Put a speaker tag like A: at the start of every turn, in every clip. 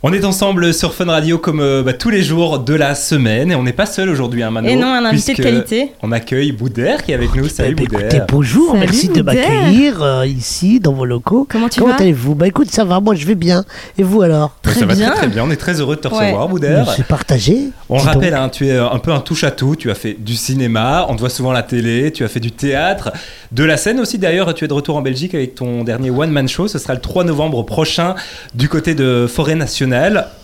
A: On est ensemble sur Fun Radio comme euh, bah, tous les jours de la semaine et on n'est pas seul aujourd'hui, hein, Manon.
B: Et non, un invité
A: puisque
B: de qualité.
A: On accueille Boudère qui est avec nous. Salut
C: Eh ben, écoutez,
A: Boudère.
C: bonjour,
B: Salut,
C: merci de
B: Boudère.
C: m'accueillir euh, ici dans vos locaux.
B: Comment tu
C: Comment
B: vas
C: allez-vous Bah écoute, ça va, moi je vais bien. Et vous alors
A: Bah,
B: Très
A: ça va
B: bien.
A: très, très bien, on est très heureux de te
B: Ouais.
A: recevoir,
C: Je
A: Boudère.
C: suis partagé.
A: On
C: dis
A: le rappelle,
C: donc.
A: hein, tu es euh, un peu un touche à tout. Tu as fait du cinéma, on te voit souvent à la télé, tu as fait du théâtre, de la scène aussi. D'ailleurs, tu es de retour en Belgique avec ton dernier One Man Show. Ce sera le 3 novembre prochain du côté de Forêt Nationale.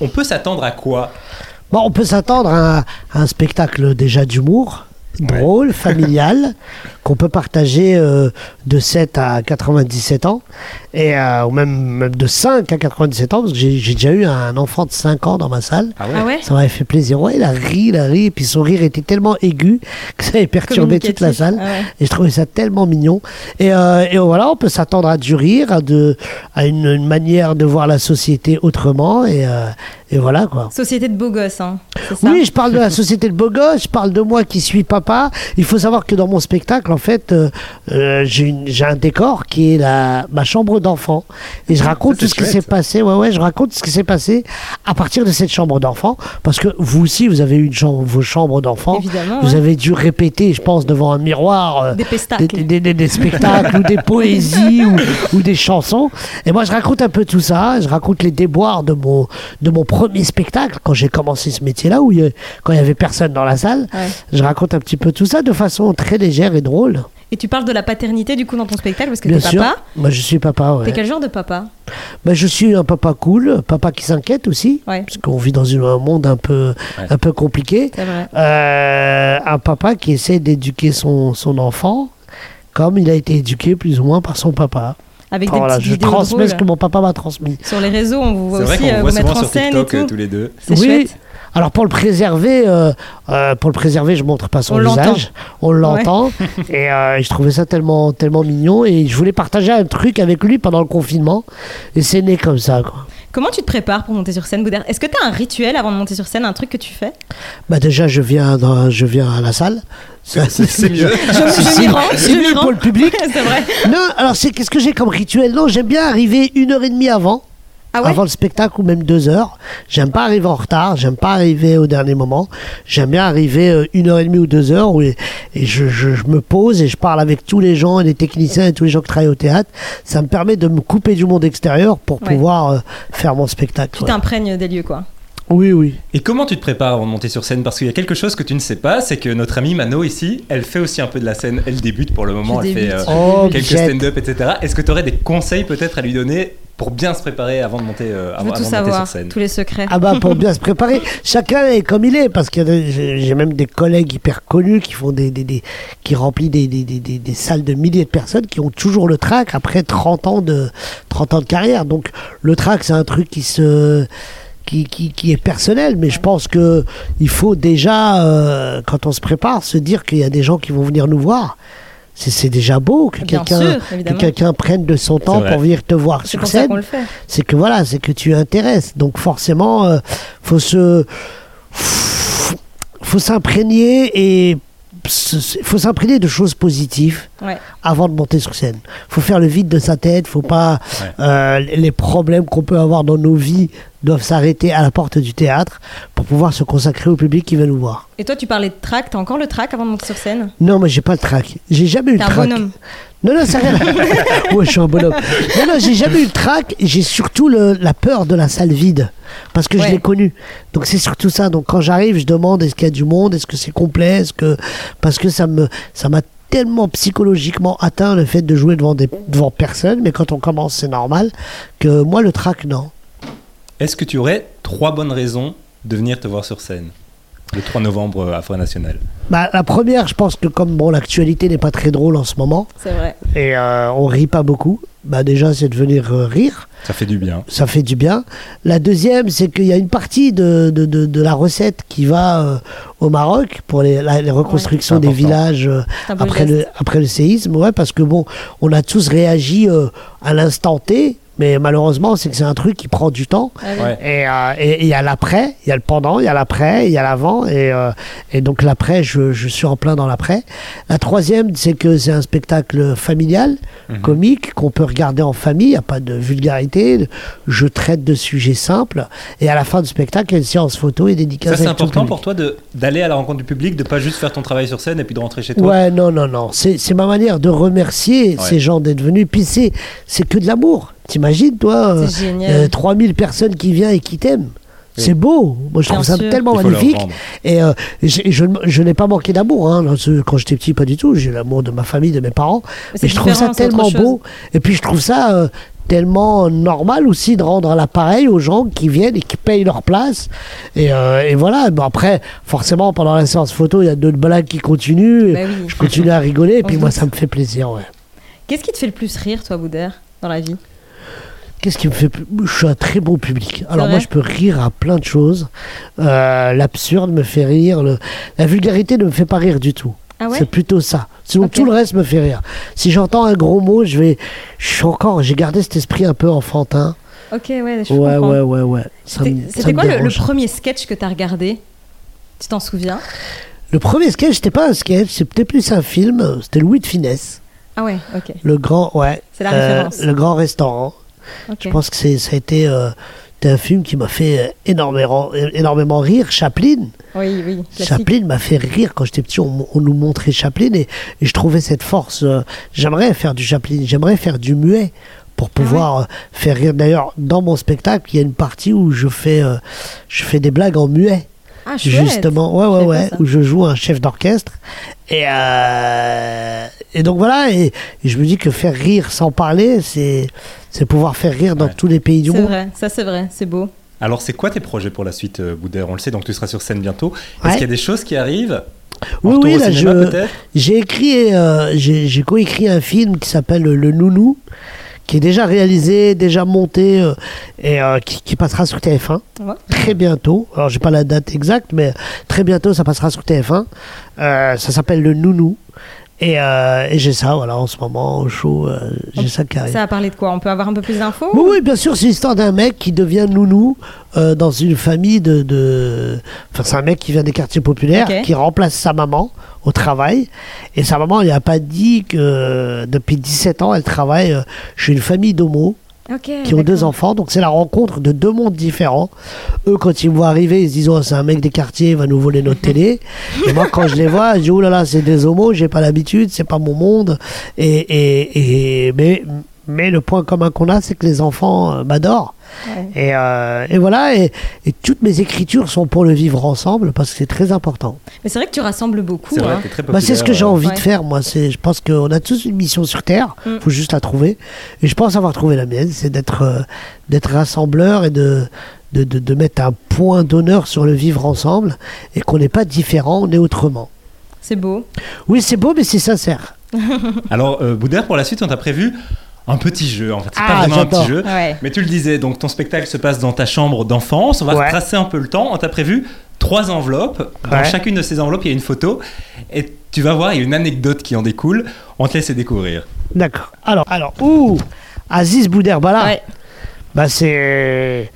A: On peut s'attendre à quoi
C: Bon, on peut s'attendre à, à un spectacle déjà d'humour, drôle, familial, qu'on peut partager euh, de 7 à 97 ans, et, euh, ou même, même de 5 à 97 ans, parce que j'ai j'ai déjà eu un enfant de 5 ans dans ma salle.
B: Ah ouais
C: Ça m'avait fait plaisir. Ouais, il a ri, il a ri, et puis son rire était tellement aigu que ça avait perturbé toute la
B: Communicatif.
C: salle.
B: Ah ouais.
C: Et je trouvais ça tellement mignon. Et, euh, et voilà, on peut s'attendre à du rire, à, de, à une, une manière de voir la société autrement, et, euh, et voilà quoi.
B: Société de beaux gosses, hein. c'est ça
C: Oui, je parle de la société de beau gosse, je parle de moi qui suis papa. Il faut savoir que dans mon spectacle, en fait, euh, euh, j'ai une- j'ai un décor qui est la, ma chambre d'enfant. Et je raconte
A: Ça, c'est
C: tout ce qui
A: chouette.
C: s'est passé. Ouais, ouais, je raconte ce qui s'est passé à partir de cette chambre d'enfant. Parce que vous aussi, vous avez eu une chambre, vos chambres d'enfant.
B: Évidemment,
C: Vous
B: ouais.
C: avez dû répéter, je pense, devant un miroir. euh,
B: Des pestacles.
C: des- des, des- des spectacles ou des poésies ou, ou des chansons. Et moi, je raconte un peu tout ça. Je raconte les déboires de mon, de mon premier spectacle quand j'ai commencé ce métier-là, où il y a- quand il y avait personne dans la salle.
B: Ouais.
C: Je raconte un petit peu tout ça de façon très légère et drôle.
B: Et tu parles de la paternité du coup dans ton spectacle parce que t'es
C: Bien sûr.
B: papa.
C: Moi, je suis papa. ouais.
B: T'es quel genre de papa
C: Ben, je suis un papa cool, papa qui s'inquiète aussi,
B: Ouais.
C: parce qu'on vit dans une- un monde un peu,
A: Ouais.
C: un peu compliqué.
B: C'est vrai.
C: Euh, un papa qui essaie d'éduquer son, son enfant comme il a été éduqué plus ou moins par son papa.
B: Avec des
C: Enfin, voilà,
B: petites
C: Oh je
B: vidéos
C: transmets ce que
B: drôles.
C: mon papa m'a transmis.
B: Sur les réseaux, on vous voit
A: C'est vrai
B: aussi
A: qu'on
B: euh,
A: vous voit
B: vous mettre
A: souvent
B: en
A: sur
B: scène et
A: TikTok euh, tous
B: tout.
A: les deux.
B: C'est chouette.
C: Alors pour le préserver, euh, euh, pour le préserver, je montre pas son
B: On l'entend.
C: visage, on l'entend. et euh, je trouvais ça tellement, tellement mignon et je voulais partager un truc avec lui pendant le confinement et c'est né comme ça. Quoi.
B: Comment tu te prépares pour monter sur scène, Boudère Est-ce que t'as un rituel avant de monter sur scène, un truc que tu fais
C: Bah déjà je viens, dans- je viens à la salle. Ça,
A: C'est mieux.
B: Je,
C: Ah, Si,
B: je
C: si,
B: m'y rends,
C: c'est
B: je m'y
C: mieux
B: rends.
C: pour le public.
B: c'est vrai.
C: Non, alors c'est qu'est-ce que j'ai comme rituel Non, j'aime bien arriver une heure et demie avant.
B: Ah ouais
C: avant le spectacle ou même deux heures. J'aime pas arriver en retard, j'aime pas arriver au dernier moment. J'aime bien arriver euh, une heure et demie ou deux heures où, et je, je- je me pose et je parle avec tous les gens et les techniciens et tous les gens qui travaillent au théâtre. Ça me permet de me couper du monde extérieur pour
B: Ouais.
C: pouvoir euh, faire mon spectacle.
B: Tu
C: ouais.
B: t'imprègnes des lieux quoi.
C: Oui, oui.
A: Et comment tu te prépares avant de monter sur scène Parce qu'il y a quelque chose que tu ne sais pas, c'est que notre amie Mano ici, elle fait aussi un peu de la scène. Elle débute pour le moment,
B: Je
A: elle
B: débute.
A: fait euh,
C: Oh,
A: quelques
C: Jette.
A: stand-up, etc. Est-ce que tu aurais des conseils peut-être à lui donner pour bien se préparer avant de monter, euh,
B: Je veux
A: avant,
B: tout
A: avant de monter sur
B: savoir,
A: scène
B: tous les secrets.
C: Ah bah pour bien se préparer, chacun est comme il est, parce que j'ai j'ai même des collègues hyper connus qui font des, des, des- qui remplissent des, des, des, des- des salles de milliers de personnes qui ont toujours le track après 30 ans de 30 ans de carrière. Donc le track c'est un truc qui se qui, qui, qui est personnel, mais je pense que il faut déjà euh, quand on se prépare se dire qu'il y a des gens qui vont venir nous voir. C'est- C'est déjà beau que
B: Bien
C: quelqu'un
B: sûr, évidemment.
C: que quelqu'un prenne de son temps
A: vrai.
C: pour venir te voir
B: C'est
C: sur
B: pour ça
C: scène
B: qu'on le fait.
C: c'est que voilà, c'est que tu intéresses. Donc forcément, euh, faut se, faut s'imprégner et se- faut s'imprégner de choses positives
B: Ouais.
C: avant de monter sur scène. Faut faire le vide de sa tête. Faut pas euh, les problèmes qu'on peut avoir dans nos vies doivent s'arrêter à la porte du théâtre pour pouvoir se consacrer au public qui va nous voir.
B: Et toi, tu parlais de track. T'as encore le track avant de monter sur scène
C: Non, mais j'ai pas le trac. J'ai jamais eu le
B: T'es un
C: trac.
B: bonhomme.
C: Non, non, c'est rien. ouais, je suis un bonhomme. Non, non, j'ai jamais eu le trac. J'ai surtout le- la peur de la salle vide. Parce que
B: Ouais.
C: je l'ai connue. Donc c'est surtout ça. Donc quand j'arrive, je demande est-ce qu'il y a du monde Est-ce que c'est complet Est-ce que. Parce que ça me, ça m'a tellement psychologiquement atteint le fait de jouer devant, des, devant personne. Mais quand on commence, c'est normal. Que moi, le trac, non.
A: Est-ce que tu aurais trois bonnes raisons de venir te voir sur scène le 3 novembre euh, à Forêt Nationale
C: Bah, la première, je pense que comme bon, l'actualité n'est pas très drôle en ce moment
B: C'est vrai.
C: et euh, on rit pas beaucoup, bah déjà, c'est de venir euh, rire.
A: Ça fait du bien.
C: ça fait du bien. La deuxième, c'est qu'il y a une partie de, de, de, de la recette qui va euh, au Maroc pour les, la- les reconstructions
A: Ouais.
C: des
A: C'est important.
C: villages euh,
B: C'est un beau
C: après
B: geste.
C: le, après le séisme. Ouais, parce que bon, on a tous réagi euh, à l'instant T Mais malheureusement, c'est que c'est un truc qui prend du temps.
B: Ah
A: Ouais.
C: Et euh, et- et il y a l'après, il y a le pendant, il y a l'après, il y a l'avant. Et, euh, et donc l'après, je, je suis en plein dans l'après. La troisième, c'est que c'est un spectacle familial,
A: Mhm.
C: comique, qu'on peut regarder en famille. Il n'y a pas de vulgarité. Je traite de sujets simples. Et à la fin du spectacle, il y a une séance photo et dédicace.
A: Ça, c'est
C: avec tout le
A: important
C: public.
A: pour toi de- d'aller à la rencontre du public, de pas juste faire ton travail sur scène et puis de rentrer chez toi.
C: Ouais, non, non, non. C'est c'est ma manière de
A: Ouais.
C: remercier ces gens d'être venus. Puis c'est c'est que de l'amour. T'imagines, toi euh,
B: C'est génial.
C: euh, 3000 personnes qui viennent et qui t'aiment.
A: Oui.
C: C'est beau. Moi, je
B: Bien
C: trouve ça
B: sûr.
C: tellement
A: Il faut leur
C: magnifique.
A: rendre.
C: Et euh, j'ai- je, ne- je n'ai pas manqué d'amour. hein. Dans ce- Quand j'étais petit, pas du tout. J'ai l'amour de ma famille, de mes parents.
B: Mais c'est
C: Mais je trouve ça
B: différent, c'est autre
C: tellement beau. Et puis, je trouve ça euh, tellement normal aussi de rendre l'appareil aux gens qui viennent et qui payent leur place. Et, euh, et voilà. Bon, après, forcément, pendant la séance photo, il y a d'autres blagues qui continuent.
B: Bah oui.
C: Je continue à rigoler. Et puis,
B: On
C: moi,
B: doute.
C: ça me fait plaisir. Ouais.
B: Qu'est-ce qui te fait le plus rire, toi, Boudère, dans la vie
C: Qu'est-ce qui me fait. plus- Je suis un très bon public. Alors,
B: vrai
C: moi, je peux rire à plein de choses. Euh, L'absurde me fait rire. le- La vulgarité ne me fait pas rire du tout.
B: Ah ouais
C: C'est plutôt ça. Sinon,
B: Ok.
C: tout le reste me fait rire. Si j'entends un gros mot, je vais. Je suis encore. J'ai gardé cet esprit un peu enfantin.
B: Ok, ouais, je
C: ouais,
B: comprends.
C: ouais, ouais, ouais. Ça me-
B: C'était-
C: ça
B: C'était
C: me
B: quoi le- le,
C: dérange.
B: premier sketch que t'as regardé Tu t'en souviens
C: Le premier sketch, c'était pas un sketch, c'était plus un film. C'était Louis de Finesse.
B: Ah ouais, ok.
C: Le grand. Ouais. Euh,
B: C'est la référence.
C: Le grand restaurant.
B: ok.
C: Je pense que c'est, ça a été euh, c'était un film qui m'a fait euh, énormément, énormément rire. Chaplin.
B: Oui, oui, classique.
C: Chaplin m'a fait rire quand j'étais petit. On, on nous montrait Chaplin et, et je trouvais cette force. euh, j'aimerais faire du Chaplin, j'aimerais faire du muet pour
B: Ah
C: pouvoir euh, faire rire. D'ailleurs, dans mon spectacle, il y a une partie où je fais, euh, je fais des blagues en muet.
B: Ah, chouette.
C: Justement, ouais,
B: Je
C: ouais,
B: savais
C: ouais,
B: pas ça.
C: où je joue un chef d'orchestre. Et, euh, et donc voilà, et, et je me dis que faire rire sans parler, c'est c'est pouvoir faire rire dans
A: Ouais.
C: tous les pays du
B: C'est
C: monde.
B: vrai, ça c'est vrai, c'est beau.
A: Alors, c'est quoi tes projets pour la suite, euh, Boudère On le sait, donc tu seras sur scène bientôt. Est-ce
C: Ouais.
A: qu'il y a des choses qui arrivent En
C: Oui,
A: retour
C: oui,
A: au
C: là,
A: cinéma,
C: je-
A: peut-être
C: J'ai écrit, euh, j'ai j'ai coécrit un film qui s'appelle Le Nounou, qui est déjà réalisé, déjà monté euh, et euh, qui, qui passera sur TF1
B: Ouais.
C: très bientôt. Alors j'ai pas la date exacte, mais très bientôt ça passera sur TF1. Euh, ça s'appelle Le Nounou et, euh, et j'ai ça, voilà, en ce moment au show, euh, j'ai ça qui arrive.
B: Ça a parlé de quoi On peut avoir un peu plus d'infos
C: Oui, oui, bien sûr, c'est l'histoire d'un mec qui devient nounou euh, dans une famille de. de- Enfin, c'est un mec qui vient des quartiers populaires,
B: Ok.
C: qui remplace sa maman au travail. Et sa maman, elle n'a pas dit que euh, depuis 17 ans, elle travaille euh, chez une famille d'homos
B: Ok,
C: qui ont
B: d'accord.
C: deux enfants. Donc c'est la rencontre de deux mondes différents. Eux, quand ils me voient arriver, ils se disent oh, c'est un mec des quartiers, il va nous voler notre télé. Et moi, quand je les vois, je dis oh là là, c'est des homos, j'ai pas l'habitude, c'est pas mon monde. Et, et, et mais mais le point commun qu'on a, c'est que les enfants euh, m'adorent.
B: Ouais.
C: Et, euh, et voilà, et, et toutes mes écritures sont pour le vivre ensemble parce que c'est très important.
B: Mais c'est vrai que tu rassembles beaucoup.
A: C'est vrai,
B: hein.
A: t'es très
C: Bah, c'est ce que
A: populaire,
C: j'ai
A: euh,
C: envie
B: Ouais.
C: de faire, moi. C'est, je pense qu'on a tous une mission sur Terre.
B: Mm.
C: Faut juste la trouver. Et je pense avoir trouvé la mienne, c'est d'être, euh, d'être rassembleur et de, de, de, de mettre un point d'honneur sur le vivre ensemble et qu'on n'est pas différent, on est autrement.
B: C'est beau.
C: Oui, c'est beau, mais c'est sincère.
A: Alors, euh, Boudère, pour la suite, on t'a prévu un petit jeu. En fait, c'est
C: Ah,
A: pas vraiment un
C: j'adore.
A: petit jeu.
B: Ouais.
A: Mais tu le disais, donc ton spectacle se passe dans ta chambre d'enfance. On va
C: Ouais.
A: retracer un peu le temps. On t'a prévu trois enveloppes. Dans
C: Ouais.
A: chacune de ces enveloppes, il y a une photo. Et tu vas voir, il y a une anecdote qui en découle. On te laisse les découvrir.
C: D'accord. Alors, alors, ouh, Aziz Bouderbala.
B: Ouais.
C: Bah c'est,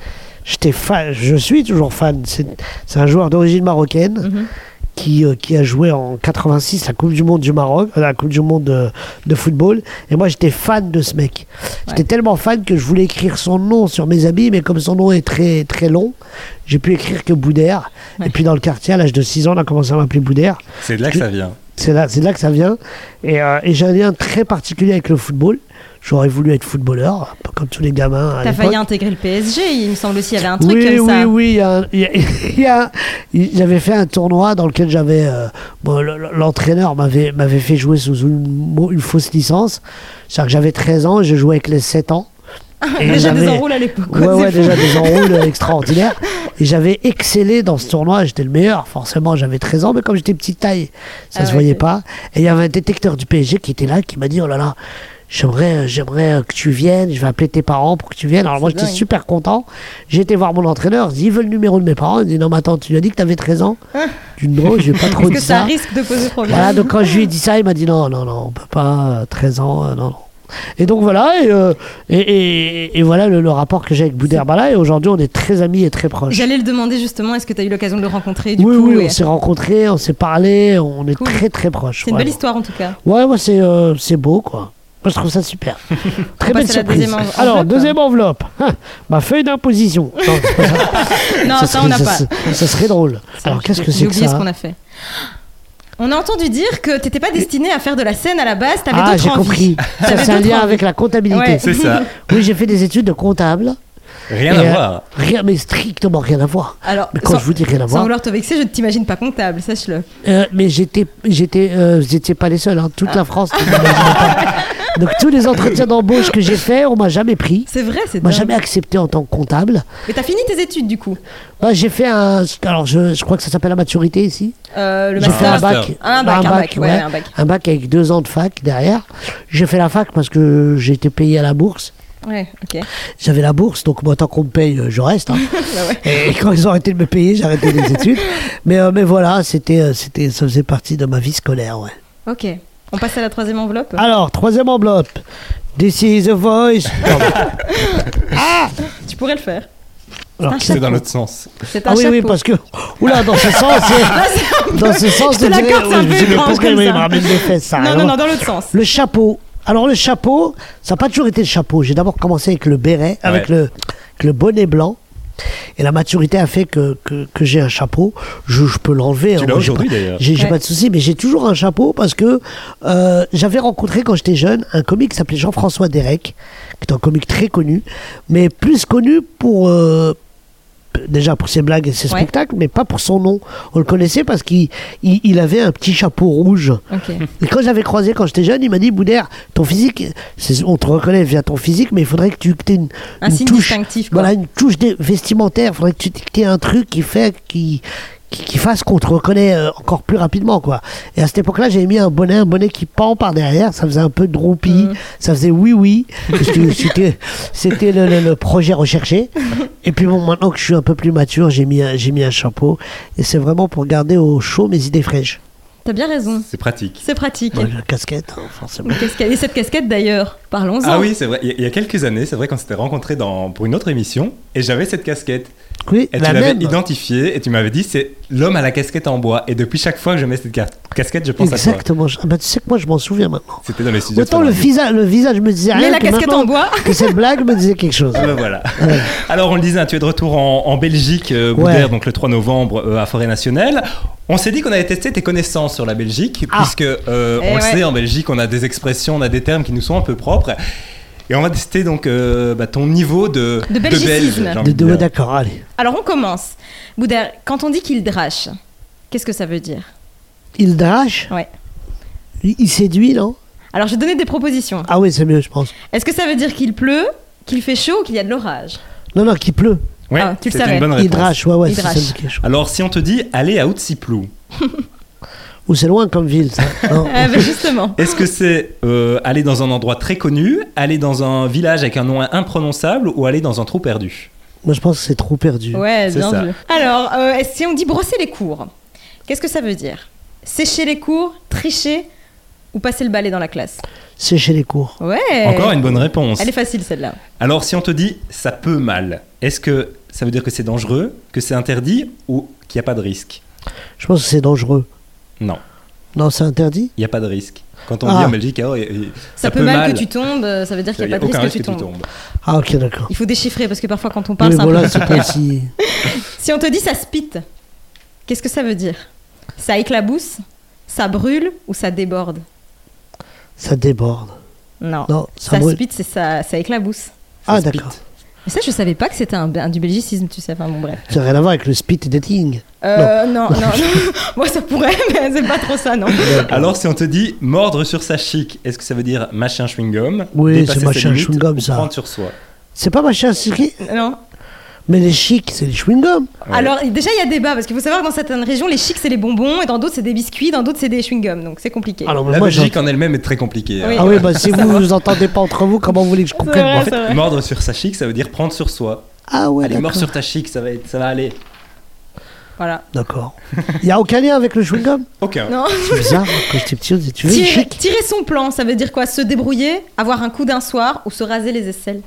C: j'étais fan, je suis toujours fan. C'est, c'est un joueur d'origine marocaine
B: Mhm.
C: qui, euh, qui a joué en 86 la Coupe du Monde du Maroc, euh, la Coupe du Monde de, de football. Et moi j'étais fan de ce mec. J'étais tellement fan que je voulais écrire son nom sur mes habits, mais comme son nom est très très long, j'ai pu écrire que Boudère.
B: Ouais.
C: Et puis dans le quartier, à l'âge de 6 ans, on a commencé à m'appeler Boudère.
A: C'est de là que ça vient.
C: C'est là, c'est de là que ça vient. Et, euh, et j'ai un lien très particulier avec le football. J'aurais voulu être footballeur, un peu comme tous les gamins. à
B: T'as
C: l'époque.
B: failli intégrer le PSG, il me semble aussi, il y avait un truc
C: Oui,
B: comme
C: oui,
B: ça.
C: oui, il y a un- il y a- il y a- il- J'avais fait un tournoi dans lequel j'avais. euh, bon, le- le- L'entraîneur m'avait m'avait fait jouer sous une, mo- une fausse licence. C'est-à-dire que j'avais 13 ans et je jouais avec les 7 ans. Et
B: Déjà
C: j'avais-
B: des enroules à l'époque.
C: Ouais,
B: quoi,
C: ouais,
B: c'est
C: déjà des enroules extraordinaires. Et j'avais excellé dans ce tournoi, j'étais le meilleur, forcément, j'avais 13 ans, mais comme j'étais petite taille, ça
B: Ah
C: se
B: ouais,
C: voyait
B: c'est-
C: pas. Et il y avait un détecteur du PSG qui était là, qui m'a dit, oh là là, j'aimerais, euh, j'aimerais euh, que tu viennes, je vais appeler tes parents pour que tu viennes. Alors moi, j'étais
B: dingue.
C: super content. J'ai été voir mon entraîneur, j'ai dit, il veut le numéro de mes parents. Il me dit, non, mais attends, tu lui as dit que t'avais 13 ans? Je lui ai dit, non, j'ai pas
B: Ah.
C: trop
B: Parce
C: dit
B: que ça
C: ça.
B: risque de poser problème.
C: Voilà, donc quand je lui ai dit ça, il m'a dit, non, non, non, on peut pas, euh, 13 ans, euh, non, non. Et donc voilà, et, euh, et, et- et voilà le, le rapport que j'ai avec Boudherbala. Et aujourd'hui, on est très amis et très proches.
B: J'allais le demander justement, est-ce que tu as eu l'occasion de le rencontrer du
C: Oui,
B: coup,
C: oui,
B: et-
C: on s'est rencontrés, on s'est parlé, on est
B: Cool.
C: très très proches.
B: C'est une belle
C: vraiment.
B: histoire en tout cas.
C: Ouais, moi c'est euh, c'est beau quoi. Moi je trouve ça super. Très
B: On
C: belle
B: passe à la
C: surprise.
B: deuxième en-
C: Alors,
B: enveloppe. hein.
C: deuxième enveloppe. Ah, Ma feuille d'imposition. Non, c'est pas ça.
B: Non,
C: Ça
B: ça,
C: serait-
B: on n'a
C: ça
B: pas.
C: serait- Ça serait drôle. Alors qu'est-ce que c'est
B: J'ai
C: que
B: oublié
C: ça
B: ce qu'on a fait. On a entendu dire que t'étais pas destiné à faire de la scène à la base, t'avais
C: Ah,
B: d'autres
C: j'ai
B: envies.
C: compris. Ça
B: T'avais
C: c'est un
B: d'autres
C: lien
B: envies.
C: avec la comptabilité.
B: Ouais.
A: C'est ça.
C: Oui, j'ai fait des études de comptable.
A: Rien
C: Et,
A: à
C: euh,
A: voir.
C: Rien, mais strictement rien à voir.
B: Alors,
C: Mais quand
B: sans-
C: je vous dis rien à
B: sans
C: voir,
B: vouloir te vexer, je ne t'imagine pas comptable, sache-le.
C: Euh, mais j'étais, j'étais, euh, vous étiez pas les seuls, hein, toute la France. ne m'imaginait pas. Donc tous les entretiens d'embauche que j'ai fait, on m'a jamais pris,
B: C'est vrai, c'est
C: on m'a
B: dingue.
C: jamais accepté en tant que comptable.
B: Mais t'as fini tes études du coup
C: Bah, j'ai fait un, alors je, je crois que ça s'appelle la maturité ici.
B: Euh, Le
C: J'ai fait un
B: master
A: master.
C: bac,
B: Un bac, un bac, ouais, un bac.
C: avec deux ans de fac derrière. J'ai fait la fac parce que j'étais payé à la bourse.
B: Ouais, ok.
C: J'avais la bourse, donc moi, tant qu'on me paye, euh, je reste. hein.
B: Bah
C: Et quand ils ont arrêté de me payer, j'ai arrêté les études. Mais, euh, mais voilà, c'était, euh, c'était, ça faisait partie de ma vie scolaire. Ouais.
B: Ok. On passe à la troisième enveloppe
C: Alors, troisième enveloppe. This is the voice. Non, mais-
B: Tu pourrais le faire.
C: alors,
B: un
C: qu'est-ce-
A: C'est dans l'autre sens.
B: C'est un
C: ah oui,
B: chapeau.
C: oui, parce que. Oula, dans ce sens. c'est- dans ce sens,
B: Je te
C: on dirait-
B: l'accorde, c'est un
C: ouais,
B: peu
C: je dis, mais
B: étrange
C: pourquoi
B: comme
C: il
B: ça.
C: me ramène les fesses, ça a rien
B: Non,
C: à
B: non,
C: voir.
B: non, dans l'autre sens.
C: Le chapeau. Alors, le chapeau, ça n'a pas toujours été le chapeau. J'ai d'abord commencé avec le béret, avec,
A: Ah Ouais.
C: le, avec le bonnet blanc. Et la maturité a fait que, que, que j'ai un chapeau. Je, je peux l'enlever.
A: Tu
C: hein,
A: l'as
C: moi, j'ai
A: aujourd'hui,
C: pas-
A: d'ailleurs.
C: J'ai j'ai
B: Ouais.
C: pas de souci, mais j'ai toujours un chapeau parce que euh, j'avais rencontré quand j'étais jeune un comique qui s'appelait Jean-François Derek, qui est un comique très connu, mais plus connu pour. euh, Déjà pour ses blagues et ses
B: Ouais.
C: spectacles, mais pas pour son nom. On le connaissait parce qu'il il, il avait un petit chapeau rouge.
B: Ok.
C: Et quand j'avais croisé quand j'étais jeune, il m'a dit Boudère, ton physique, c'est- on te reconnaît via ton physique, mais il faudrait que tu aies une,
B: Un
C: une
B: signe
C: touche,
B: distinctif, quoi.
C: voilà, une touche dé- vestimentaire. Il faudrait que tu aies un truc qui fait, qui, qui, qui fasse qu'on te reconnaît euh, encore plus rapidement, quoi. Et à cette époque-là, j'avais mis un bonnet, un bonnet qui pend par derrière, ça faisait un peu droupi,
B: Mm.
C: ça faisait oui oui. Parce que C'était, c'était le, le- le projet recherché. Et puis bon, maintenant que je suis un peu plus mature, j'ai mis, un- j'ai mis un chapeau, et c'est vraiment pour garder au chaud mes idées fraîches.
B: T'as bien raison.
A: C'est pratique.
B: C'est pratique.
C: Bon, la casquette, hein, forcément.
B: Une casquette- Et cette casquette d'ailleurs, parlons-en.
A: Ah oui, c'est vrai. Il y a- il y a quelques années, c'est vrai qu'on s'était rencontrés dans, pour une autre émission et j'avais cette casquette.
C: Oui,
A: Et
C: la
A: tu l'avais
C: même.
A: identifiée et tu m'avais dit c'est l'homme à la casquette en bois. Et depuis chaque fois que je mets cette ca- casquette, je pense à toi.
C: Exactement. Je- ah bah, tu sais que moi, je m'en souviens maintenant.
A: C'était dans les studios. de
C: Autant le
A: Fernandez.
C: visage, le visage me disait rien.
B: Mais la
C: que
B: casquette
C: Ah, maintenant
B: en bois.
C: Que cette blague me disait quelque chose.
A: Ah ben voilà. Alors on le disait, hein, tu es de retour en, en Belgique, euh, Boudère,
C: Ouais.
A: donc le 3 novembre euh, à Forêt Nationale. On s'est dit qu'on allait tester tes connaissances sur la Belgique,
C: Ah.
A: puisque euh,
B: Eh
A: on le
B: ouais.
A: sait, en Belgique, on a des expressions, on a des termes qui nous sont un peu propres. Et on va tester donc euh, bah, ton niveau de,
B: De belgicisme.
A: belge, j'ai
C: De,
A: envie
C: de-
A: de dire.
C: D'accord, allez.
B: Alors on commence. Boudère, quand on dit qu'il drache, qu'est-ce que ça veut dire
C: Il drache,
B: Ouais.
C: il, il séduit, non
B: Alors je vais donner des propositions.
C: Ah oui, c'est mieux, je pense.
B: Est-ce que ça veut dire qu'il pleut, qu'il fait chaud ou qu'il y a de l'orage
C: Non, non, qu'il pleut.
A: Ouais,
B: Ah, tu le
A: c'était
B: savais.
A: une bonne
C: Il
A: réponse.
C: drache, ouais, ouais,
B: Il
C: c'est ça
B: drache.
C: me dit quelque chose.
A: Alors si on te dit aller à Outsiplou,
C: Ou c'est loin comme ville, ça. Non.
B: Eh ben, Justement.
A: est-ce que c'est euh, aller dans un endroit très connu, aller dans un village avec un nom imprononçable ou aller dans un trou perdu
C: Moi, je pense que c'est trop perdu.
B: Ouais,
A: C'est
B: bien
A: ça.
B: vu. Alors, euh, est-ce- si on dit brosser les cours, qu'est-ce que ça veut dire Sécher les cours, tricher ou passer le balai dans la classe
C: C'est chez les cours.
B: Ouais.
A: Encore une bonne réponse.
B: Elle est facile celle-là.
A: Alors, si on te dit ça peut mal, est-ce que ça veut dire que c'est dangereux, que c'est interdit ou qu'il n'y a pas de risque
C: Je pense que c'est dangereux.
A: Non,
C: Non, c'est interdit
A: il n'y a pas de risque. Quand on
C: Ah.
A: dit en Belgique, ah ouais, et- et
B: Ça, peut mal, que tu tombes, euh, ça veut dire
A: il
B: qu'il
A: n'y
B: n'y
A: a,
B: a pas de
A: aucun
B: risque que
A: risque
B: tu tombes.
C: Ah, ok, d'accord.
B: Il faut déchiffrer parce que parfois quand on parle,
C: Mais
B: c'est un peu
C: voilà, c'est pas
B: compliqué.
C: si.
B: Si on te dit ça spite, qu'est-ce que ça veut dire Ça éclabousse Ça brûle Ou ça déborde
C: Ça déborde.
B: Non.
C: Non, ça
B: ça
C: brûle.
B: spite, c'est ça, ça éclabousse.
C: Ah,
A: spit.
C: d'accord.
B: Mais ça, je savais pas que c'était un, un- du belgicisme, tu sais. Enfin bon, bref.
C: Ça n'a rien à voir avec le speed dating.
B: Euh, non, non, non. Moi, ça pourrait, mais c'est pas trop ça, non.
A: Alors, si on te dit mordre sur sa chic, est-ce que ça veut dire machin chewing-gum
C: Oui,
A: dépasser
C: c'est
A: ses
C: machin
A: limites
C: chewing-gum,
A: ou
C: ça.
A: Prendre sur soi.
C: C'est pas machin, c'est-
B: Non.
C: mais les chics, c'est les chewing-gums.
A: Ouais.
B: Alors, déjà, il y a débat parce qu'il faut savoir que dans certaines régions, les chics, c'est les bonbons, et dans d'autres, c'est des biscuits, dans d'autres, c'est des chewing-gums. Donc, c'est compliqué.
C: Alors,
A: La
C: moi,
A: Belgique en elle-même est très compliquée.
B: Oui.
A: hein.
C: Ah oui, bah si vous vous entendez pas entre vous, comment vous voulez que je
B: vrai,
C: comprenne moi
A: En fait,
B: c'est vrai.
A: mordre sur sa chic, ça veut dire prendre sur soi.
C: Ah ouais,
A: Allez,
C: d'accord.
A: mors sur ta chic, ça va, être, ça va aller.
B: Voilà.
C: D'accord. Il n'y a aucun lien avec le chewing-gum
A: Aucun.
B: Non.
C: C'est bizarre, quand j'étais petit, on disait, euh, tu veux une
B: Tirer,
C: chic
B: tirer son plan, ça veut dire quoi Se débrouiller, avoir un coup d'un soir ou se raser les aisselles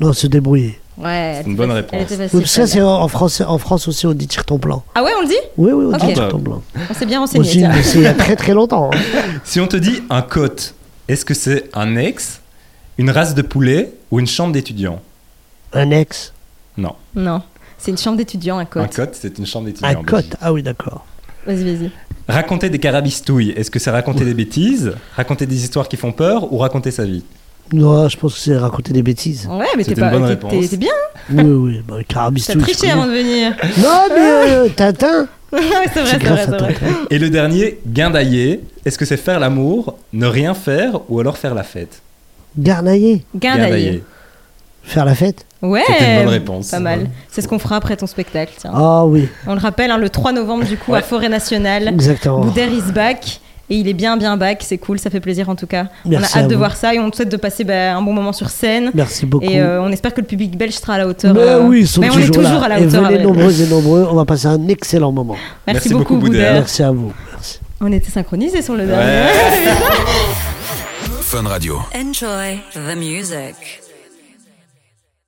C: Non, se débrouiller.
B: Ouais.
A: une bonne
B: elle
A: réponse.
B: était facile,
C: Oui, ça,
B: celle-là.
C: c'est en, en France, en France aussi, on dit tire ton plan.
B: Ah ouais, on le dit
C: Oui, oui, on
B: Ok.
C: dit
A: Ah
C: tire
A: bah.
C: ton plan.
B: On s'est bien renseigné.
C: Aussi,
B: tiens.
C: mais c'est il y a très très longtemps. hein.
A: Si on te dit un cote, est-ce que c'est un ex, une race de poulet ou une chambre d'étudiant
C: Un ex,
A: Non.
B: Non. C'est une chambre d'étudiant, un
A: Un
B: cote.
A: cote, c'est une chambre d'étudiant.
C: un
A: en
C: cote.
A: Belgique.
C: Ah oui, d'accord.
B: Vas-y, vas-y.
A: Raconter des carabistouilles, est-ce que c'est raconter des bêtises, raconter des histoires qui font peur ou raconter sa vie
C: Non, je pense que c'est raconter des bêtises.
B: Ouais, mais t'es
A: C'était
B: pas.
A: une bonne
B: t'es-
A: réponse.
B: t'es- t'es bien,
C: Oui, oui, bah,
B: t'as
C: carabistouille, je
B: triché
C: connais.
B: avant de venir.
C: Non, mais euh, Tintin
B: Ouais, c'est vrai,
C: C'est
B: c'est
C: grâce
B: vrai,
C: à
B: c'est vrai.
C: Tintin.
A: Et le dernier, guindailler, est-ce que c'est faire l'amour, ne rien faire ou alors faire la fête
C: Garnailler,
B: Guindailler.
C: faire la fête
B: Ouais.
A: C'était une bonne réponse.
B: Pas mal. C'est ce qu'on fera après ton spectacle. Tiens.
C: Ah oui,
B: On le rappelle, hein, le 3 novembre, du coup, à
A: Ouais.
B: Forêt Nationale.
C: exactement.
B: Boudère is back. Et il est bien, bien back. C'est cool, ça fait plaisir en tout cas.
C: Merci
B: on a hâte
C: à
B: de
C: vous.
B: voir ça et on te souhaite de passer bah, un bon moment sur scène.
C: Merci beaucoup.
B: Et euh, on espère que le public belge sera à la hauteur.
C: Mais
B: euh,
C: oui, ils sont
B: mais on est
C: toujours,
B: toujours
C: là.
B: à la
C: et
B: hauteur.
C: venez
B: Abel.
C: nombreux et nombreux, on va passer un excellent moment.
A: Merci
B: Merci, beaucoup,
A: beaucoup, Boudère.
B: Boudère.
C: Merci à vous. Merci.
B: On était synchronisés sur le dernier.
A: Ouais.
D: Fun Radio.
E: Enjoy the music.